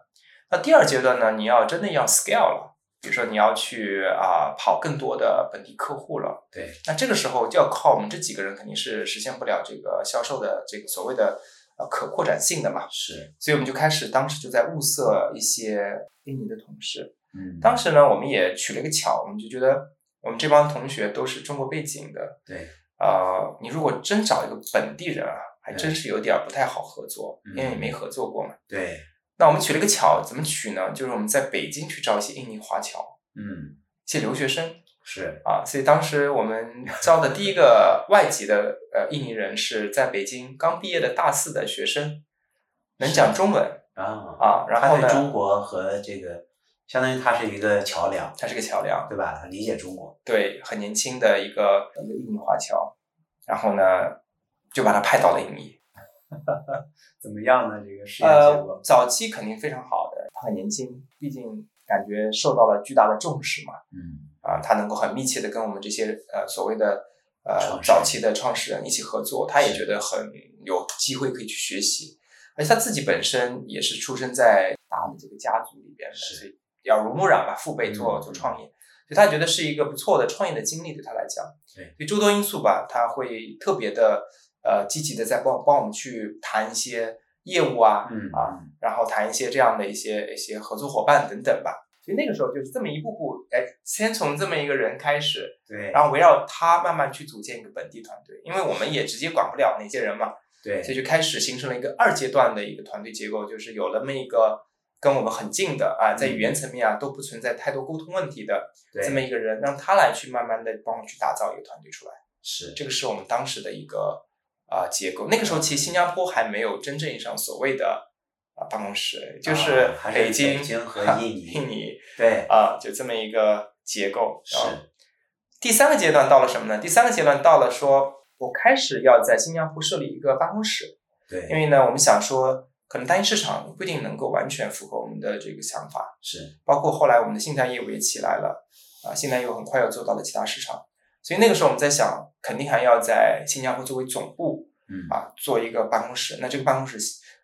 那第二阶段呢，你要真的要 scale 了，比如说你要去啊跑更多的本地客户了。
对，
那这个时候就要靠我们这几个人，肯定是实现不了这个销售的这个所谓的呃可扩展性的嘛。
是，
所以我们就开始当时就在物色一些印尼的同事。
嗯，
当时呢，我们也取了一个巧，我们就觉得我们这帮同学都是中国背景的，
对，
呃，你如果真找一个本地人啊，还真
嗯
是有点儿不太好合作，因为
嗯
没合作过嘛。
对，
那我们取了个巧，怎么取呢？就是我们在北京去找一些印尼华侨，
嗯，
一些留学生，
是，
啊，所以当时我们招的第一个外籍的呃印尼人是在北京刚毕业的大四的学生，能讲中文
啊，
啊，然后
他对
呢，
中国和这个，相当于他是一个桥梁，
他是个桥梁，
对吧？他理解中国，
对，很年轻的一个一个印尼华侨，然后呢，就把他派到了印尼。
怎么样呢？这个试验结
呃
果，，
早期肯定非常好的，他很年轻，毕竟感觉受到了巨大的重视嘛，
嗯，
啊，他能够很密切的跟我们这些呃所谓的呃
创始人
早期的创始人一起合作，他也觉得很有机会可以去学习，而且他自己本身也是出生在大的这个家族里边的，
是
所以耳濡目染吧，父辈做
嗯
做创业，所以他觉得是一个不错的创业的经历对他来讲，
对
所以诸多因素吧，他会特别的呃积极的在帮帮我们去谈一些业务啊，
嗯
啊，然后谈一些这样的一些一些合作伙伴等等吧。所以那个时候就是这么一步步，哎，先从这么一个人开始，
对，
然后围绕他慢慢去组建一个本地团队，因为我们也直接管不了那些人嘛，
对，
所以就开始形成了一个二阶段的一个团队结构，就是有了那么一个跟我们很近的啊，在语言层面啊都不存在太多沟通问题的
对
这么一个人，让他来去慢慢的帮我去打造一个团队出来。
是，
这个是我们当时的一个啊、呃结构。那个时候其实新加坡还没有真正意义上所谓的啊、办公室，就是
啊还是
北京、
北京和印尼
印尼
对，
啊、就这么一个结构。
是
啊第三个阶段到了什么呢？第三个阶段到了说，我开始要在新加坡设立一个办公室，
对，
因为呢，我们想说，可能单一市场不一定能够完全符合我们的这个想法，
是，
包括后来我们的信贷业务也起来了，啊，信贷业务很快又做到了其他市场，所以那个时候我们在想，肯定还要在新加坡作为总部
嗯，
啊做一个办公室，那这个办公室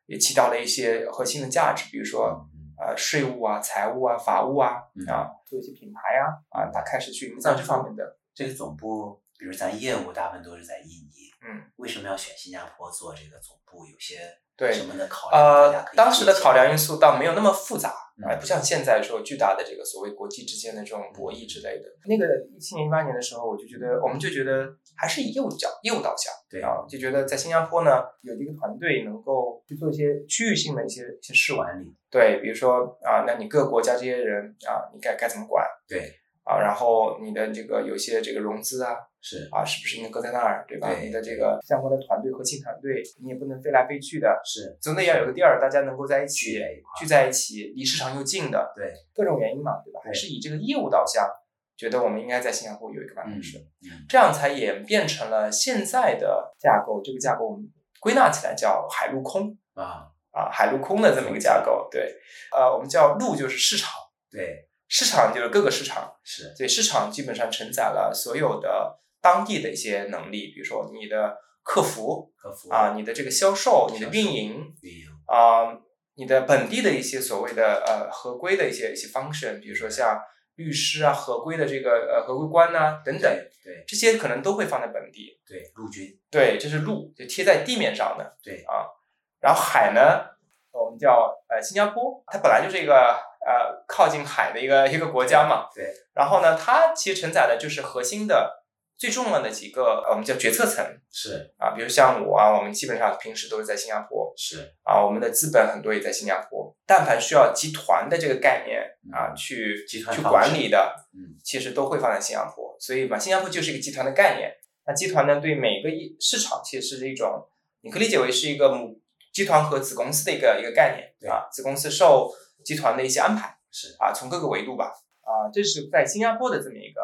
也起到了一些核心的价值，比如说呃税务啊、财务啊、法务啊
嗯
啊，做一些品牌啊啊，他开始去营造这方面的，
这个总部，比如咱业务大部分都是在印尼，
嗯，
为什么要选新加坡做这个总部？有些
对
什么的考量？大
呃
家可，以
当时的
借鉴
考量因素倒没有那么复杂，
嗯
啊，不像现在说巨大的这个所谓国际之间的这种博弈之类的。那个一七年、一八年的时候，我就觉得，我们就觉得还是以业务角、业务导向，
对
啊，就觉得在新加坡呢，有一个团队能够去做一些区域性的一些一些事务，
管理，
对，比如说啊，那你各个国家这些人啊，你该该怎么管
对，
啊？然后你的这个有些这个融资啊，
是
啊，是不是应该搁在那儿，对吧？
对
你的这个相关的团队、核心团队，你也不能飞来飞去的，
是，
总得要有个地儿，大家能够在一起
聚在一块儿
聚在一起，离市场又近的，
对，
各种原因嘛，对吧？
对
还是以这个业务导向，觉得我们应该在新加坡有一个办公室，
嗯，
这样才演变成了现在的架构。这个架构我们归纳起来叫海陆空
啊，
啊，海陆空的这么一个架构。对，呃，我们叫陆就是市场，
对，
市场就是各个市场，
是，
所以市场基本上承载了所有的当地的一些能力，比如说你的客服
和服务
啊，你的这个销售，你的
销售
运营。
运营，
啊、你的本地的一些所谓的呃合规的一些一些 function，比如说像律师啊、合规的这个呃合规官呐、等等，
对，对，
这些可能都会放在本地。
对，陆军，
对，这是路，就贴在地面上的。
对
啊，然后海呢，我们叫呃新加坡，它本来就是一个呃靠近海的一个一个国家嘛。
对，
然后呢，它其实承载的就是核心的最重要的几个，呃我们叫决策层
是
啊，比如像我啊，我们基本上平时都是在新加坡
是，
啊，我们的资本很多也在新加坡。但凡需要集团的这个概念啊，去
嗯集团
去
方
管
式
理的，
嗯
其实都会放在新加坡，所以嘛，新加坡就是一个集团的概念。那集团呢，对每个一市场其实是一种，你可以理解为是一个母集团和子公司的一个一个概念，
对
啊，子公司受集团的一些安排
是
啊，从各个维度吧，啊，这是在新加坡的这么一个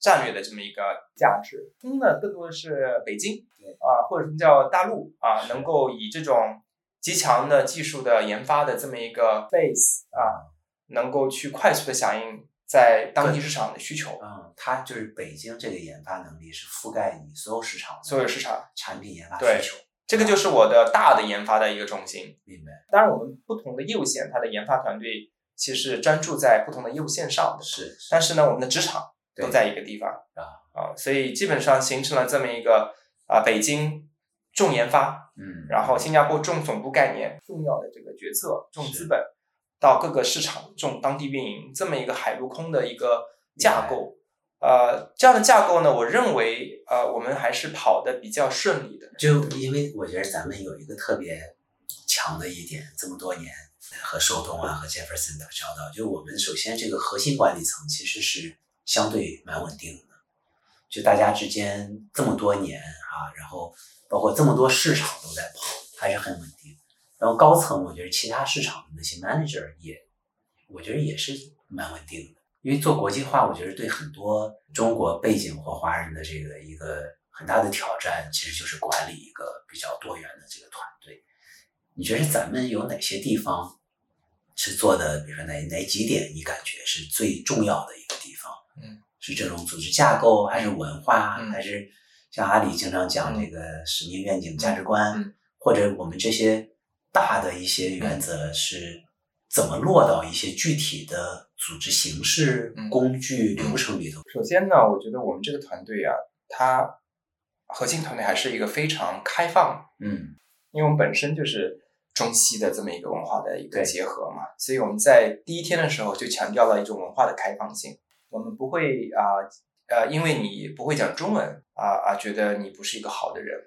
战略的这么一个价值。中呢，更多的是北京
对，
啊，或者什么叫大陆啊，
是
能够以这种极强的技术的研发的这么一个 base 啊，能够去快速的响应在当地市场的需求。
嗯，它就是北京这个研发能力是覆盖你所有市场的
所有市场
产品研发
对
需求，
这个就是我的大的研发的一个重心。
明白？
当然，我们不同的业务线，它的研发团队其实专注在不同的业务线上的。
是是
但是呢，我们的职场
对
都在一个地方
啊
啊、所以基本上形成了这么一个啊、北京重研发，
嗯，
然后新加坡重总部概念，重要的这个决策，重
是
资本，到各个市场重当地运营，这么一个海陆空的一个架构。呃，这样的架构呢，我认为呃，我们还是跑的比较顺利的。
就因为我觉得咱们有一个特别强的一点，这么多年和寿东啊和 Jefferson 打交道，就我们首先这个核心管理层其实是相对蛮稳定的，就大家之间这么多年啊，然后包括这么多市场都在跑，还是很稳定。然后高层，我觉得其他市场的那些 manager 也，我觉得也是蛮稳定的。因为做国际化，我觉得对很多中国背景或华人的这个一个很大的挑战，其实就是管理一个比较多元的这个团队。你觉得咱们有哪些地方是做的？比如说哪哪几点你感觉是最重要的一个地方？
嗯，
是这种组织架构，还是文化，
嗯
还是像阿里经常讲这个使命、愿景、价值观，
嗯
或者我们这些大的一些原则是怎么落到一些具体的组织形式、
嗯
工具、流程里头？
首先呢，我觉得我们这个团队啊，它核心团队还是一个非常开放，
嗯，
因为我们本身就是中西的这么一个文化的一个
对
结合嘛，所以我们在第一天的时候就强调了一种文化的开放性。我们不会啊呃因为你不会讲中文啊啊、觉得你不是一个好的人，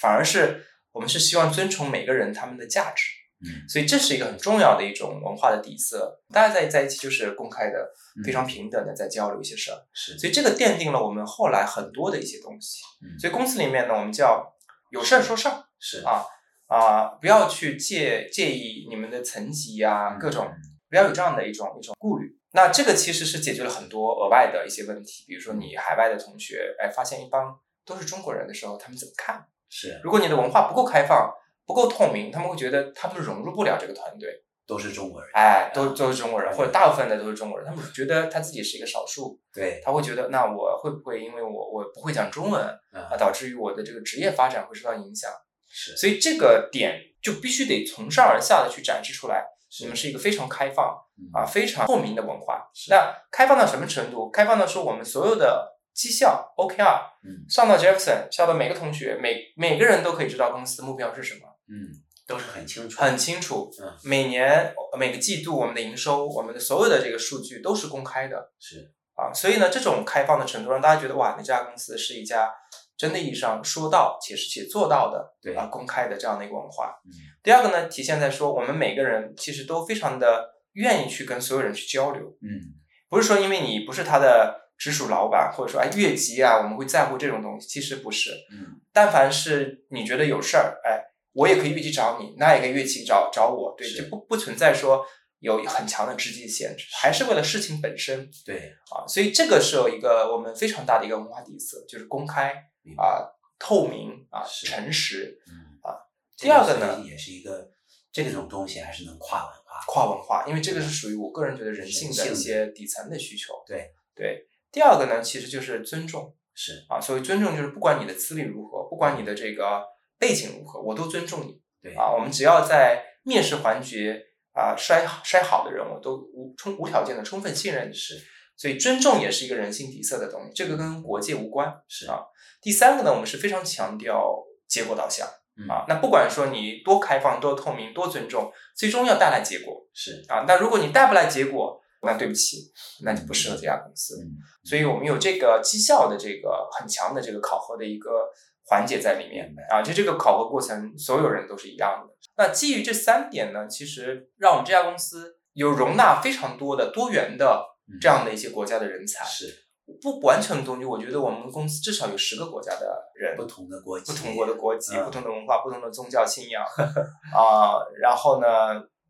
反而是我们是希望遵从每个人他们的价值。
嗯
所以这是一个很重要的一种文化的底色，大家在在一起就是公开的、
嗯
非常平等的在交流一些事儿。
是，
所以这个奠定了我们后来很多的一些东西。
嗯
所以公司里面呢，我们叫有事儿说事儿
是
啊啊、不要去介介意你们的层级啊，
嗯
各种不要有这样的一种一种顾虑。那这个其实是解决了很多额外的一些问题，比如说你海外的同学，哎，发现一帮都是中国人的时候，他们怎么看？
是，
如果你的文化不够开放、不够透明，他们会觉得他们融入不了这个团队。
都是中国人，
哎，
啊
都都是中国人，或者大部分的都是中国人，他们觉得他自己是一个少数，
对，
他会觉得，那我会不会因为我我不会讲中文啊，
啊，
导致于我的这个职业发展会受到影响？
是，
所以这个点就必须得从上而下的去展示出来。
是
你们是一个非常开放
嗯
啊、非常透明的文化。
是
那开放到什么程度？开放到说我们所有的绩效 OKR
嗯
上到 Jefferson，上到每个同学，每每个人都可以知道公司的目标是什么，
嗯，都是很清楚，
很清楚。
嗯
每年每个季度我们的营收，我们的所有的这个数据都是公开的。
是，
啊，所以呢，这种开放的程度让大家觉得哇，你这家公司是一家真的意义上说到且是且做到的
对
啊，公开的这样的一个文化。
嗯
第二个呢，体现在说我们每个人其实都非常的愿意去跟所有人去交流，
嗯，
不是说因为你不是他的直属老板，或者说哎越级啊，我们会在乎这种东西，其实不是。
嗯，
但凡是你觉得有事儿，哎，我也可以越级找你，那也可以越级找找我，对，
是
就不不存在说有很强的直接限制，还是为了事情本身。
对，
啊，所以这个是有一个我们非常大的一个文化底色，就是公开
明白，
啊、透明啊、
是
诚实、
嗯
啊，
这
第二个呢
所以也是一个这种东西还是能跨文化，
跨文化，因为这个是属于我个人觉得人性
人
的
性
一些底层的需求。
对
对，第二个呢，其实就是尊重
是
啊，所谓尊重就是不管你的资历如何，不管你的这个背景如何，我都尊重你
对，
啊。我们只要在面试环节啊筛筛好的人，我都无充无条件的充分信任你。
是
所以尊重也是一个人性底色的东西，这个跟国界无关。
嗯是
啊第三个呢，我们是非常强调结果导向
嗯
啊。那不管说你多开放、多透明、多尊重，最终要带来结果
是
啊。那如果你带不来结果，那对不起，那就不适合这家公司。
嗯
所以我们有这个绩效的这个很强的这个考核的一个环节在里面
明白
啊，就这个考核过程，所有人都是一样的。那基于这三点呢，其实让我们这家公司有容纳非常多的多元的
嗯
这样的一些国家的人才。
是
不完全的东西，我觉得我们公司至少有十个国家的人，
不同的国籍，
不同国的国籍、
嗯
不同的文化、不同的宗教信仰 [LAUGHS] 啊、然后呢，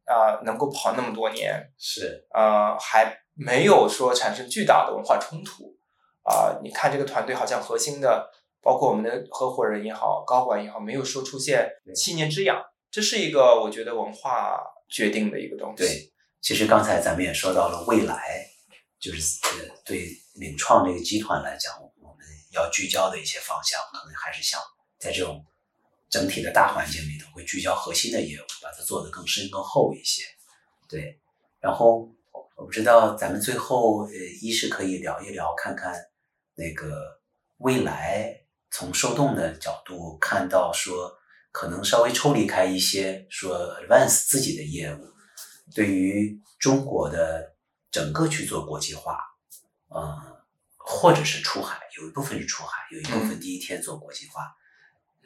啊、能够跑那么多年，
是
呃，还没有说产生巨大的文化冲突啊、你看这个团队好像核心的，包括我们的合伙人也好、高管也好，没有说出现
对
七年之痒，这是一个我觉得文化决定的一个东西。
对。其实刚才咱们也说到了未来，就是呃对领创这个集团来讲，我们要聚焦的一些方向，可能还是想在这种整体的大环境里头，会聚焦核心的业务，把它做得更深更厚一些。对，然后我不知道咱们最后呃，一是可以聊一聊，看看那个未来从受众的角度看到说，可能稍微抽离开一些说 Advance 自己的业务，对于中国的整个去做国际化，呃，或者是出海，有一部分是出海，有一部分第一天做国际化。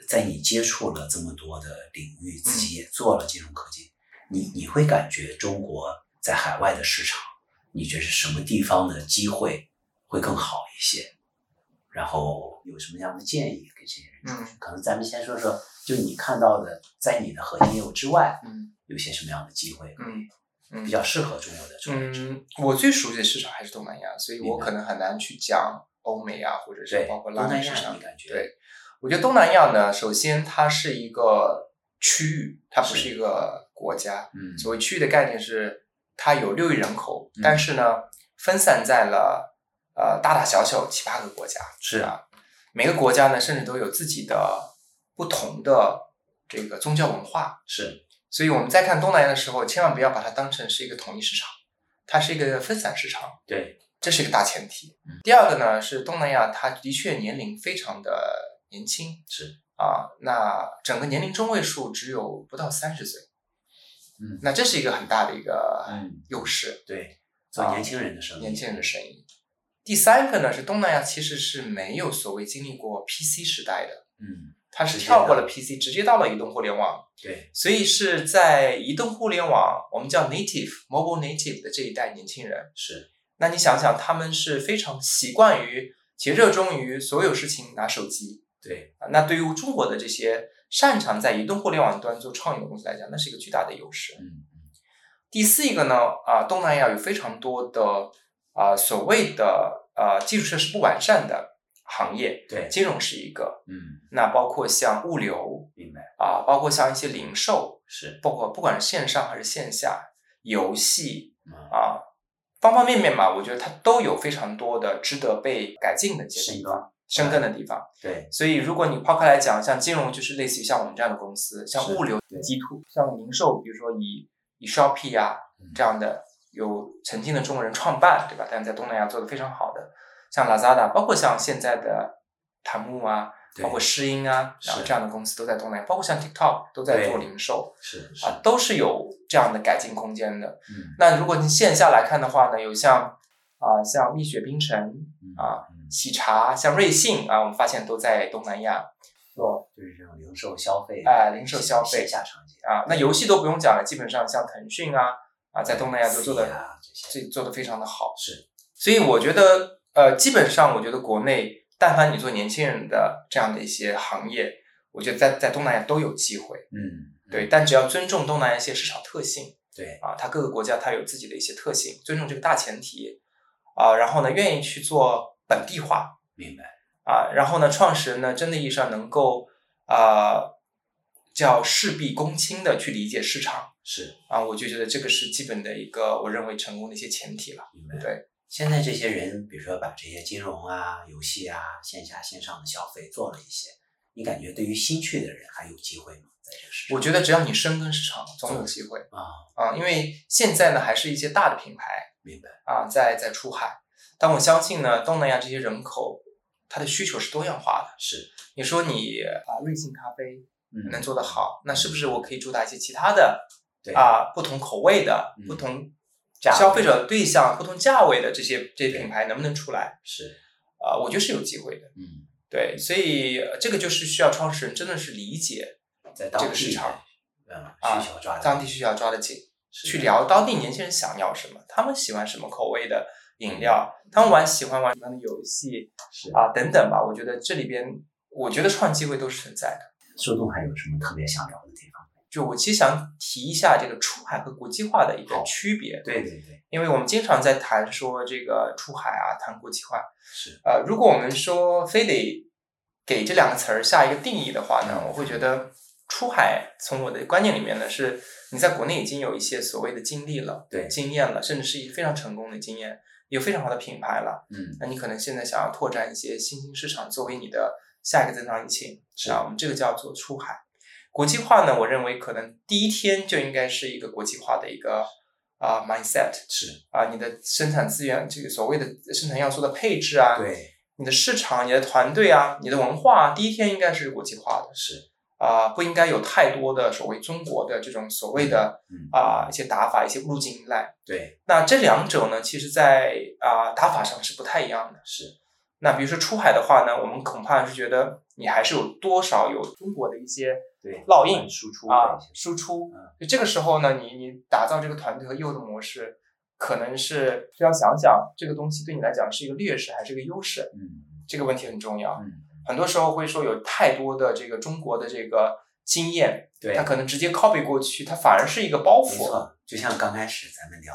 在你接触了这么多的领域，自
嗯
己也做了金融科技，你你会感觉中国在海外的市场，你觉得是什么地方的机会会更好一些？然后有什么样的建议给这些人？
嗯
可能咱们先说说，就你看到的，在你的核心业务之外，
嗯
有些什么样的机会
嗯嗯
比较适合中国的创业者？
嗯，我最熟悉的市场还是东南亚，所以
明
我
白
可能很难去讲欧美啊，或者是
对，
包括
东
拉美
南
市
亚
场
你。感觉
对，我觉得东南亚呢，首先它是一个区域，它不
是
是一个国家。
嗯，
所谓区域的概念是，它有六亿人口，
嗯
但是呢，分散在了呃大大小小七八个国家。
是啊，
啊，每个国家呢，甚至都有自己的不同的这个宗教文化。
是
所以我们在看东南亚的时候，千万不要把它当成是一个统一市场，它是一个分散市场，
对，
这是一个大前提
嗯。
第二个呢是东南亚，它的确年龄非常的年轻
是
啊，那整个年龄中位数只有不到三十岁，
嗯
那这是一个很大的一个
嗯
优势，
对，做年轻人的生意，
啊年轻人的生意。第三个呢是东南亚其实是没有所谓经历过 PC 时代的，
嗯，
它是
直接
跳过
的
了 PC，直接到了移动互联网。
对，
所以是在移动互联网，我们叫 native mobile native 的这一代年轻人，
是
那你想想，他们是非常习惯于且热衷于所有事情拿手机
对，
啊。那对于中国的这些擅长在移动互联网端做创意的公司来讲，那是一个巨大的优势。
嗯
第四一个呢，啊，东南亚有非常多的啊所谓的呃基础设施不完善的行业，
对，
金融是一个，
嗯，
那包括像物流
明白，
啊，包括像一些零售，
是
包括不管是线上还是线下，游戏
啊，
啊，方方面面嘛，我觉得它都有非常多的值得被改进的一些
深
地
耕
方、深耕的地方。
对，
所以，如果你抛开来讲，像金融就是类似于像我们这样的公司，像
是
物流
对、
g to，像零售，比如说以以 Shopee 啊
嗯
这样的有曾经的中国人创办，对吧？但在东南亚做的非常好的，像 Lazada，包括像现在的弹幕啊，
对
包括诗音啊，然后
是
这样的公司都在东南亚，包括像 TikTok 都在
对
做零售。
是是，
啊，都是有这样的改进空间的。
嗯
那如果你线下来看的话呢，有像啊、像蜜雪冰城、
嗯
啊
嗯
喜茶、像瑞幸啊，我们发现都在东南亚
做就是这种零售消费，
哎零售消费
线下场景
啊。那游戏都不用讲了，基本上像腾讯啊啊，在东南亚都做
自己
的
啊这些
这做的非常的好。
是
所以我觉得呃，基本上我觉得国内但凡你做年轻人的这样的一些行业，我觉得在在东南亚都有机会。
嗯
对，但只要尊重东南亚一些市场特性，
对
啊，它各个国家它有自己的一些特性，尊重这个大前提啊，然后呢，愿意去做本地化
明白
啊，然后呢，创始人呢，真的意义上能够啊，叫事必躬亲的去理解市场
是
啊，我就觉得这个是基本的一个我认为成功的一些前提了。
明白
对。
现在这些人，比如说把这些金融啊、游戏啊、线下线上的消费做了一些，你感觉对于新去的人还有机会吗？在这个市场
我觉得只要你深耕市场，总有机会
啊，
啊，因为现在呢，还是一些大的品牌
明白
啊在在出海，但我相信呢，东南亚这些人口它的需求是多样化的。
是
你说你啊，瑞幸咖啡
嗯
能做得好，那是不是我可以主打一些其他的
对
啊、不同口味的
嗯、
不同
价位
消费者对象、不同价位的这些这些品牌能不能出来
是，
啊、我觉得是有机会的。
嗯，
对，所以呃这个就是需要创始人真的是理解
在当
这
地
个市场，
嗯，
啊
需求抓得
当地需要抓得紧。
是
去聊当地年轻人想要什么，他们喜欢什么口味的饮料，他们玩喜欢玩什么样的游戏
是
啊等等吧。我觉得这里边，我觉得创机会都是存在的。
树洞还有什么特别想聊的地方？
就我其实想提一下这个出海和国际化的一个
好
区别，
对对对，
因为我们经常在谈说这个出海啊，谈国际化。
是
呃，如果我们说非得给这两个词儿下一个定义的话
嗯
呢，我会觉得出海从我的观念里面呢，是你在国内已经有一些所谓的经历了，
对
经验了，甚至是一非常成功的经验，有非常好的品牌了，
嗯
那你可能现在想要拓展一些新兴市场，作为你的下一个增长引擎，
是
啊，我们这个叫做出海。国际化呢，我认为可能第一天就应该是一个国际化的一个啊、mindset
是，
啊、你的生产资源这个所谓的生产要素的配置啊，
对
你的市场、你的团队啊、你的文化、啊，第一天应该是国际化的
是，
啊、不应该有太多的所谓中国的这种所谓的
嗯
啊、一些打法、一些路径依赖。
对
那这两者呢，其实在啊、打法上是不太一样的。
是，
那比如说出海的话呢，我们恐怕是觉得你还是有多少有中国的一些
对
烙印
输出
啊
的一些
输出
嗯。
就这个时候呢，你你打造这个团队和业务的模式，可能是需要想想这个东西对你来讲是一个劣势还是一个优势，
嗯
这个问题很重要。
嗯
很多时候会说有太多的这个中国的这个经验，
对，
它可能直接 copy 过去，它反而是一个包
没
袱。
错，就像刚开始咱们聊，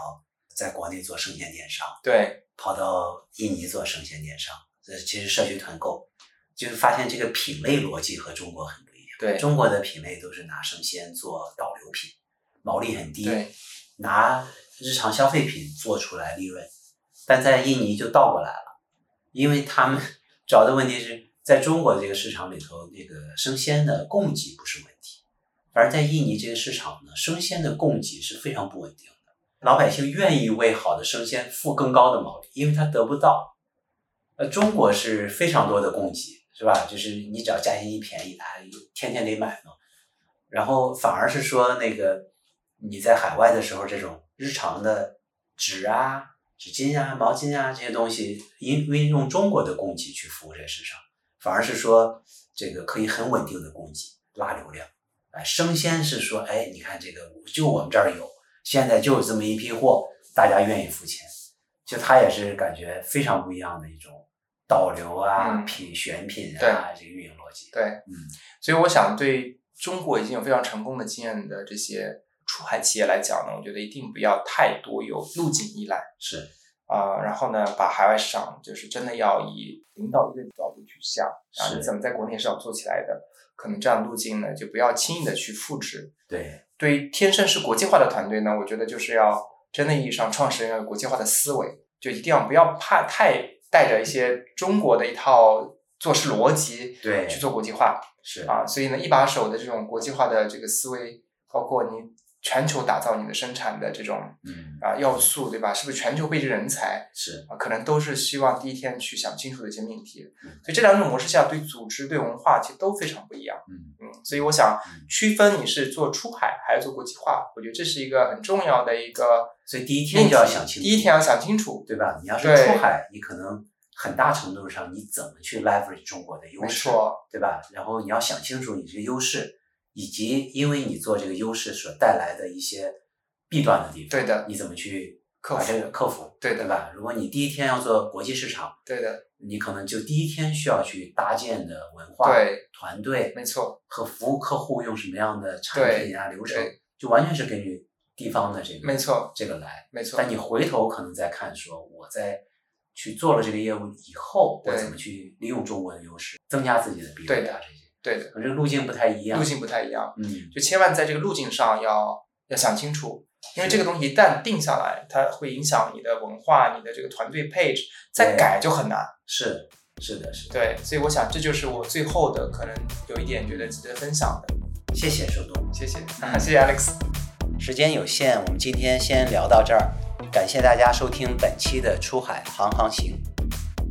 在国内做生鲜电商，
对
跑到印尼做生鲜电商，这其实社区团购，就是发现这个品类逻辑和中国很不一样。
对
中国的品类都是拿生鲜做导流品，毛利很低，
对
拿日常消费品做出来利润，但在印尼就倒过来了，因为他们 [LAUGHS] 找的问题是在中国的这个市场里头，那个生鲜的供给不是问题，反而在印尼这个市场呢，生鲜的供给是非常不稳定的，老百姓愿意为好的生鲜付更高的毛利，因为他得不到。呃，中国是非常多的供给，是吧？就是你只要价钱一便宜，大家天天得买嘛。然后反而是说那个你在海外的时候，这种日常的纸啊、纸巾啊、毛巾啊这些东西，因为用中国的供给去服务这个市场，反而是说这个可以很稳定的供给拉流量。哎，生鲜是说，哎，你看这个就我们这儿有，现在就有这么一批货，大家愿意付钱，就它也是感觉非常不一样的一种导流啊、
嗯
品选品啊这个运营逻辑。
对，
嗯，
所以我想对中国已经有非常成功的经验的这些出海企业来讲呢，我觉得一定不要太多有路径依赖
是
啊、然后呢，把海外市场就是真的要以领导力的角度去想啊，
是
你怎么在国内市场做起来的，可能这样的路径呢，就不要轻易的去复制。
对，
对于天生是国际化的团队呢，我觉得就是要真的意义上创始人要有国际化的思维，就一定要不要怕太带着一些中国的一套做事逻辑
对
去做国际化
是
啊，所以呢，一把手的这种国际化的这个思维，包括你全球打造你的生产的这种
嗯，
啊要素，对吧？是不是全球配置人才
是
啊？可能都是希望第一天去想清楚的一些命题
嗯，
所以这两种模式下对组织、对文化其实都非常不一样。
嗯
嗯，所以我想
嗯
区分你是做出海还是做国际化，我觉得这是一个很重要的一个
所以第一天就要想清楚
第一天要想清楚，
对吧？你要是
对
出海，你可能很大程度上你怎么去 leverage 中国的优
没
势，
错，
对吧？然后你要想清楚你这个优势，以及因为你做这个优势所带来的一些弊端的地方，
对的
你怎么去
克
把
服
这个克服，
对的
对吧？如果你第一天要做国际市场，
对的，
你可能就第一天需要去搭建的文化、
对，
团队
没错，
和服务客户用什么样的产品啊、流程
对，
就完全是根据地方的这个
没错
这个来。
没错，
但你回头可能再看，说我在去做了这个业务以后，我
对
怎么去利用中国的优势，增加自己的比
对
例
的
啊这些，
对的
可能这个路径不太一样。
路，径不太一样，
嗯，
就千万在这个路径上要要想清楚，因为这个东西一旦定下来，它会影响你的文化、你的这个团队配置，再
对
改就很难。
是是的，是的。
对，所以我想这就是我最后的可能有一点觉得值得分享的，
谢谢树洞，
谢谢， [LAUGHS] 谢谢 Alex。
时间有限，我们今天先聊到这儿，感谢大家收听本期的出海航航行。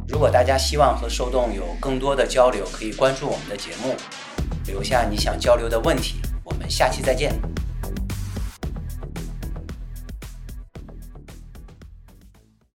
如果大家希望和受动有更多的交流，可以关注我们的节目，留下你想交流的问题。我们下期再见。